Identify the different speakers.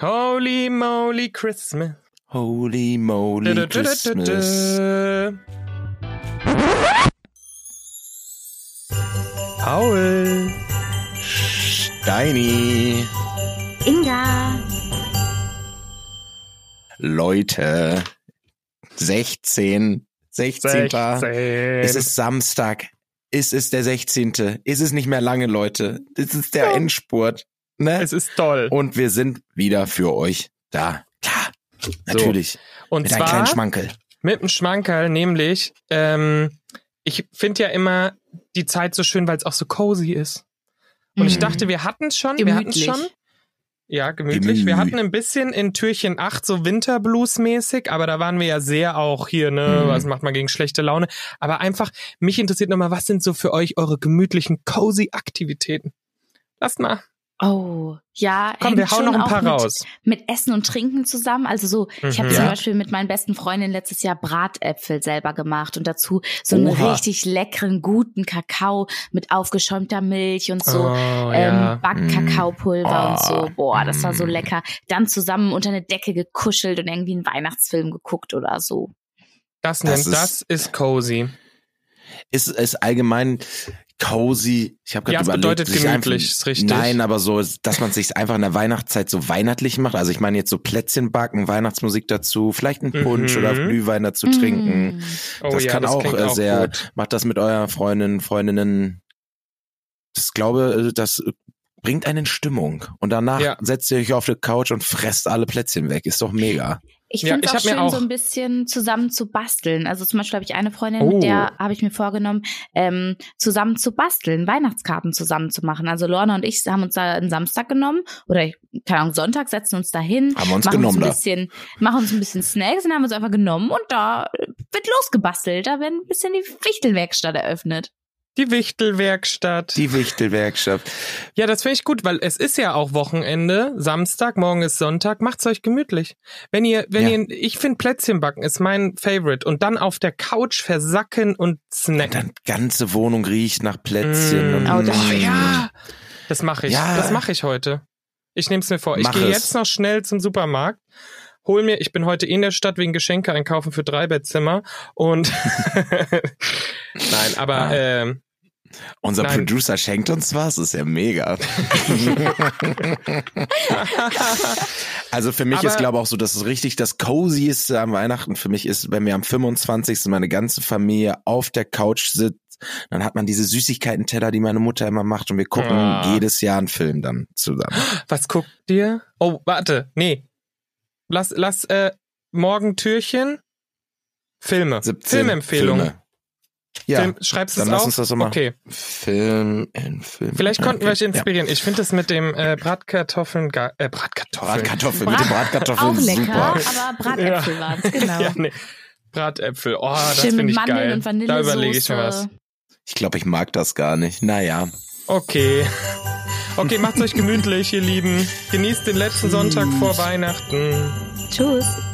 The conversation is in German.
Speaker 1: Holy moly Christmas.
Speaker 2: Holy moly Christmas.
Speaker 1: Paul.
Speaker 2: Steini.
Speaker 3: Inga.
Speaker 2: Leute. 16. 16. 16. Es ist Samstag. Es ist der 16. Es ist nicht mehr lange, Leute. Es ist der
Speaker 1: Ja.
Speaker 2: Endspurt. Ne?
Speaker 1: Es ist toll.
Speaker 2: Und wir sind wieder für euch da. Klar. Natürlich.
Speaker 1: Und
Speaker 2: Mit einem kleinen
Speaker 1: zwar
Speaker 2: Schmankel.
Speaker 1: mit einem Schmankerl, nämlich, ähm, ich finde ja immer die Zeit so schön, weil es auch so cozy ist. Und ich
Speaker 3: Mhm.
Speaker 1: dachte, wir hatten es schon, wir hatten
Speaker 3: Gemütlich.
Speaker 1: schon. Ja, gemütlich. Wir hatten ein bisschen in Türchen 8 so Winterblues-mäßig, aber da waren wir ja sehr auch hier, ne,
Speaker 2: Mhm.
Speaker 1: was macht man gegen schlechte Laune? Aber einfach, mich interessiert nochmal, was sind so für euch eure gemütlichen, cozy Aktivitäten? Lasst mal.
Speaker 3: Oh, ja.
Speaker 1: Komm,
Speaker 3: hängt
Speaker 1: wir hauen
Speaker 3: schon
Speaker 1: noch ein
Speaker 3: auch
Speaker 1: paar
Speaker 3: mit,
Speaker 1: raus.
Speaker 3: Mit Essen und Trinken zusammen. Also so, ich habe
Speaker 1: Mhm.
Speaker 3: zum
Speaker 2: Ja.
Speaker 3: Beispiel mit meinen besten Freundinnen letztes Jahr Bratäpfel selber gemacht und dazu so einen
Speaker 2: Oha.
Speaker 3: richtig leckeren, guten Kakao mit aufgeschäumter Milch und so.
Speaker 1: oh,
Speaker 3: Ähm,
Speaker 1: ja. Oh.
Speaker 3: Backkakaopulver
Speaker 2: Mm.
Speaker 3: und so. Boah, das war so
Speaker 2: Mm.
Speaker 3: lecker. Dann zusammen unter eine Decke gekuschelt und irgendwie einen Weihnachtsfilm geguckt oder so.
Speaker 1: Das nennt,
Speaker 2: das ist-
Speaker 1: das ist cozy.
Speaker 2: Ist es allgemein cozy? Ich habe gerade
Speaker 1: Ja, es
Speaker 2: überlegt,
Speaker 1: bedeutet
Speaker 2: sich
Speaker 1: gemütlich,
Speaker 2: einfach,
Speaker 1: ist richtig.
Speaker 2: Nein, aber so, dass man sich einfach in der Weihnachtszeit so weihnachtlich macht. Also ich meine jetzt so Plätzchen backen, Weihnachtsmusik dazu, vielleicht einen Punsch
Speaker 1: Mhm.
Speaker 2: oder Glühwein dazu trinken.
Speaker 3: Mm.
Speaker 1: Oh
Speaker 2: das
Speaker 1: ja,
Speaker 2: kann
Speaker 1: das
Speaker 2: auch,
Speaker 1: klingt
Speaker 2: äh,
Speaker 1: auch
Speaker 2: sehr.
Speaker 1: gut.
Speaker 2: Macht das mit eurer Freundin, Freundinnen. Das glaube, äh, das äh, bringt einen in Stimmung. Und danach
Speaker 1: Ja.
Speaker 2: setzt ihr euch auf die Couch und fresst alle Plätzchen weg. Ist doch mega.
Speaker 3: Ich
Speaker 1: Ja,
Speaker 3: finde
Speaker 1: ich
Speaker 3: es
Speaker 1: hab
Speaker 3: auch
Speaker 1: mir
Speaker 3: schön,
Speaker 1: auch-
Speaker 3: so ein bisschen zusammen zu basteln. Also zum Beispiel habe ich eine Freundin,
Speaker 1: Oh.
Speaker 3: mit der habe ich mir vorgenommen, ähm, zusammen zu basteln, Weihnachtskarten zusammen zu machen. Also Lorna und ich haben uns da einen Samstag genommen oder ich- keine Ahnung, Sonntag setzen uns da hin,
Speaker 2: Haben wir uns
Speaker 3: machen
Speaker 2: genommen
Speaker 3: uns ein
Speaker 2: da.
Speaker 3: bisschen, machen uns ein bisschen Snacks und haben uns einfach genommen und da wird losgebastelt. Da werden ein bisschen die Wichtelwerkstatt eröffnet.
Speaker 1: Die Wichtelwerkstatt.
Speaker 2: Die Wichtelwerkstatt.
Speaker 1: ja, das finde ich gut, weil es ist ja auch Wochenende, Samstag, morgen ist Sonntag, macht's euch gemütlich. Wenn ihr, wenn
Speaker 2: Ja.
Speaker 1: ihr, ich finde Plätzchen backen ist mein Favorite und dann auf der Couch versacken und
Speaker 2: Und
Speaker 1: snacken.
Speaker 2: dann ganze Wohnung riecht nach Plätzchen.
Speaker 1: Mm.
Speaker 2: und-
Speaker 3: Oh, das
Speaker 1: Oh ja, das mache ich,
Speaker 2: Ja.
Speaker 1: das mache ich heute. Ich nehme es mir vor. Ich
Speaker 2: Mach
Speaker 1: gehe
Speaker 2: es.
Speaker 1: jetzt noch schnell zum Supermarkt. Hol mir, ich bin heute in der Stadt wegen Geschenke einkaufen für Dreibettzimmer und nein, aber
Speaker 2: Ah.
Speaker 1: ähm,
Speaker 2: Unser
Speaker 1: Nein.
Speaker 2: Producer schenkt uns was, ist ja mega. also für mich
Speaker 1: Aber-
Speaker 2: ist, glaube ich, auch so, dass es richtig das Cozyeste am Weihnachten für mich ist, wenn wir am 25. meine ganze Familie auf der Couch sitzt, dann hat man diese Süßigkeiten-Teller, die meine Mutter immer macht und wir gucken
Speaker 1: Ah.
Speaker 2: jedes Jahr einen Film dann zusammen.
Speaker 1: Was guckt dir? Oh, warte, nee. Lass, lass, äh, morgen Türchen. Filme.
Speaker 2: 17
Speaker 1: Filmempfehlungen.
Speaker 2: Filme. Ja,
Speaker 1: Film, schreibst du
Speaker 2: dann
Speaker 1: es
Speaker 2: lass
Speaker 1: auf?
Speaker 2: uns das so machen.
Speaker 1: Okay.
Speaker 2: Film in Film.
Speaker 1: Vielleicht konnten wir euch
Speaker 2: Ja.
Speaker 1: inspirieren. Ich finde das mit dem äh, Bratkartoffeln, ge- äh, Bratkartoffeln.
Speaker 2: Bratkartoffeln,
Speaker 3: Brat-
Speaker 2: mit den Bratkartoffeln,
Speaker 3: auch lecker,
Speaker 2: super.
Speaker 3: aber Bratäpfel
Speaker 1: Ja.
Speaker 3: waren es, genau.
Speaker 1: ja, nee. Bratäpfel. Oh, das
Speaker 3: Schön
Speaker 1: finde
Speaker 3: mit
Speaker 1: ich
Speaker 3: Mandeln
Speaker 1: geil.
Speaker 3: und
Speaker 1: da
Speaker 3: Vanillesoße.
Speaker 1: überlege ich mir was.
Speaker 2: Ich glaube, ich mag das gar nicht. Naja.
Speaker 1: Okay. Okay, macht's euch gemütlich, ihr Lieben. Genießt den letzten Sonntag vor Weihnachten.
Speaker 3: Tschüss.